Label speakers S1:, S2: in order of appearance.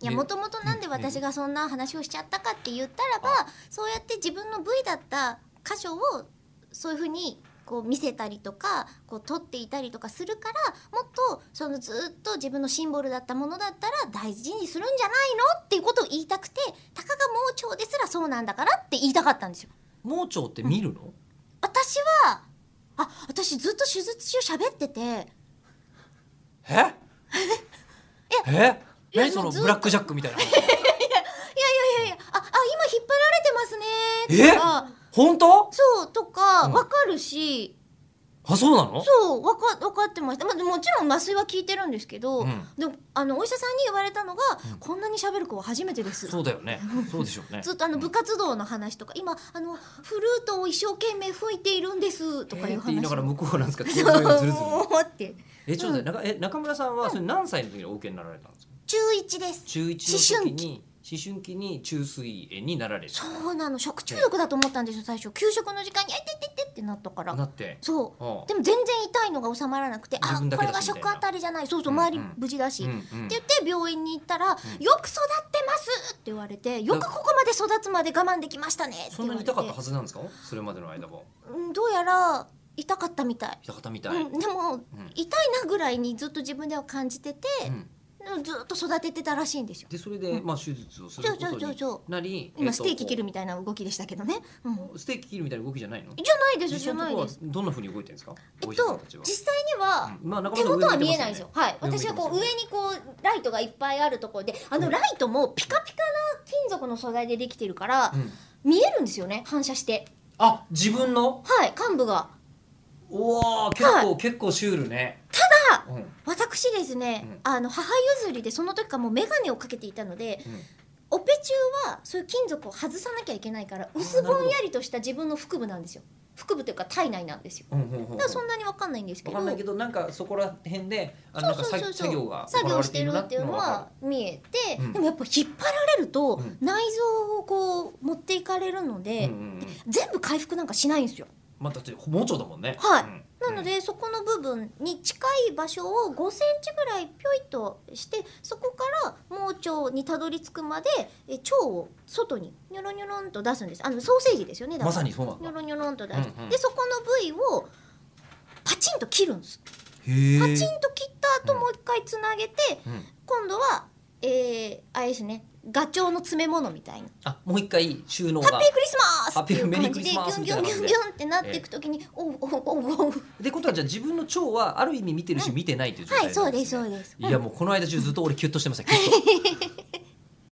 S1: いや
S2: ね
S1: もともとなんで私がそんな話をしちゃったかって言ったらば、そうやって自分の部位だった箇所をそういうふうにこう見せたりとかこう取っていたりとかするからもっとそのずっと自分のシンボルだったものだったら大事にするんじゃないのっていうことを言いたくてたかが盲腸ですらそうなんだからって言いたかったんですよ。
S2: 盲腸って見るの、
S1: 私はあ私ずっと手術中喋ってて
S2: ええ
S1: いや
S2: 何そ
S1: も
S2: の
S1: うずっと
S2: ブラックジャックみたいな話
S1: いやいやいやああ今引っ張られてますね
S2: え
S1: とか
S2: 本当
S1: そうとか
S2: うん
S1: わかるし、
S2: あそうなの
S1: そうわか分かってました、まあ、もちろん麻酔は効いてるんですけど、
S2: うん
S1: でもあのお医者さんに言われたのが、
S2: うん
S1: こんなに喋る子は初めてです
S2: そうだよねそうでしょうね
S1: ずっとあの部活動の話とか今あのフルートを一生懸命吹いているんですとかい
S2: えー
S1: う
S2: って言い
S1: 話
S2: ながら向こうなんですかず
S1: そ
S2: る
S1: う
S2: ずる
S1: 思って
S2: えちょっと待って中え中村さんはそれ何歳の時にお受けになられたんですか
S1: 中1です
S2: 中一の時に思春期に中水炎になられた
S1: そうなの食中毒だと思ったんですよ最初給食の時間に「あいてってって」ってなったから
S2: なって
S1: そう
S2: ああ
S1: でも全然痛いのが収まらなくて「
S2: 自
S1: あ
S2: 分だ
S1: こ
S2: け
S1: れ
S2: だし
S1: が
S2: み
S1: 食
S2: たいな
S1: あたりじゃないそうそう
S2: うん
S1: 周り
S2: うん
S1: 無事だし」
S2: うん
S1: っ
S2: う
S1: て
S2: ん
S1: 言って病院に行ったら「よく育ってます!」って言われて「よくここまで育つまで我慢できましたね」って
S2: そ
S1: 言
S2: んな
S1: われ
S2: に
S1: て
S2: 痛かったはずなんですかそれまでの間も
S1: うんどうやら痛かったみたい。
S2: 痛かったみたい、
S1: うん、でも
S2: ん
S1: 痛いなぐらいにずっと自分では感じてて、
S2: うん
S1: でもずっと育ててたらしいんですよ。
S2: でそれで、まあ、手術をする
S1: そう
S2: こ
S1: そう
S2: と
S1: そう
S2: に
S1: そう
S2: なりえ
S1: 今
S2: っ
S1: ス
S2: と
S1: テーキ切るみたいな動きでしたけどね。うん、じ
S2: こうステーキ切るみたいな動きじゃないの
S1: ゃないです
S2: 実
S1: じゃ
S2: 際の
S1: ない
S2: ところ
S1: で
S2: は
S1: す。
S2: どんな風に動いてるんですか
S1: え
S2: お
S1: っ
S2: 医者さん
S1: と
S2: たちは、
S1: 実際には、
S2: うんまあ、中
S1: 手
S2: 村さん
S1: 元は見えないですよ。はい、
S2: 上向い
S1: 私
S2: て
S1: は
S2: ます
S1: こ
S2: よね
S1: う上にこうライトがいっぱいあるところで、あ
S2: う
S1: の
S2: ん
S1: ライトもピカピカな金属の素材でできてるから
S2: う。ん
S1: 見えるんですよね、反射して。
S2: あ自分の
S1: はい、幹部が。
S2: おお結構、結構シュールねただ、うんうん、
S1: 私ですね、
S2: うん
S1: あの母譲りでその時からもう眼鏡をかけていたのでオペ中はそういう金属を外さなきゃいけないから
S2: ー
S1: 薄ぼんやりとした自分の腹部なんですよ腹部というか体内なんですよ
S2: うんうんうんうん
S1: だからそんなに分かんないんですけ
S2: わ
S1: ど
S2: かんないけどなんかそこら辺であ
S1: そ
S2: な
S1: うんそ
S2: か
S1: う
S2: 作
S1: そう
S2: 作業
S1: そう
S2: が
S1: 作業してるっていうの
S2: 行わ
S1: は見えて、
S2: うん
S1: でもやっぱ引っ張られると
S2: うん
S1: 内臓をこう持っていかれるの
S2: れて
S1: で、
S2: いるなっていうのはわかるうんうんうん
S1: 全部回復なんかしないんですよ
S2: まあだって盲腸だもんね
S1: はい
S2: うん
S1: なのでそこの部分に近い場所を5センチぐらいぴょいっとしてそこから盲腸にたどり着くまでえ腸を外にニョロニョロンと出すんですあのソーセージですよねだから
S2: まさにそうなん
S1: ニ
S2: だ
S1: ョロニョロンと出して、
S2: うんうん
S1: でそこの部位をパチンと切るんです
S2: へえ
S1: パチンと切った後もう一回つなげて、
S2: うん
S1: 今度はえー、あれですねガチョウの詰め物みたいな
S2: あもう一回収納
S1: 「ハ
S2: が
S1: ッピークリスマス!」っていう
S2: ハ
S1: 感
S2: ッピーメ
S1: じ
S2: リ
S1: で
S2: ークリ
S1: ギュン
S2: スマス
S1: ギ
S2: みたい
S1: ュン
S2: な感
S1: ギュ
S2: じで
S1: ンギュンってなっていくときに「おうおうおうおう」
S2: ってことはじゃあ自分の腸はある意味見てるし見てないという状態
S1: は
S2: ないんですね
S1: そうですそうです
S2: いやもうこの間中ずっと俺キュッとしてましたキュッ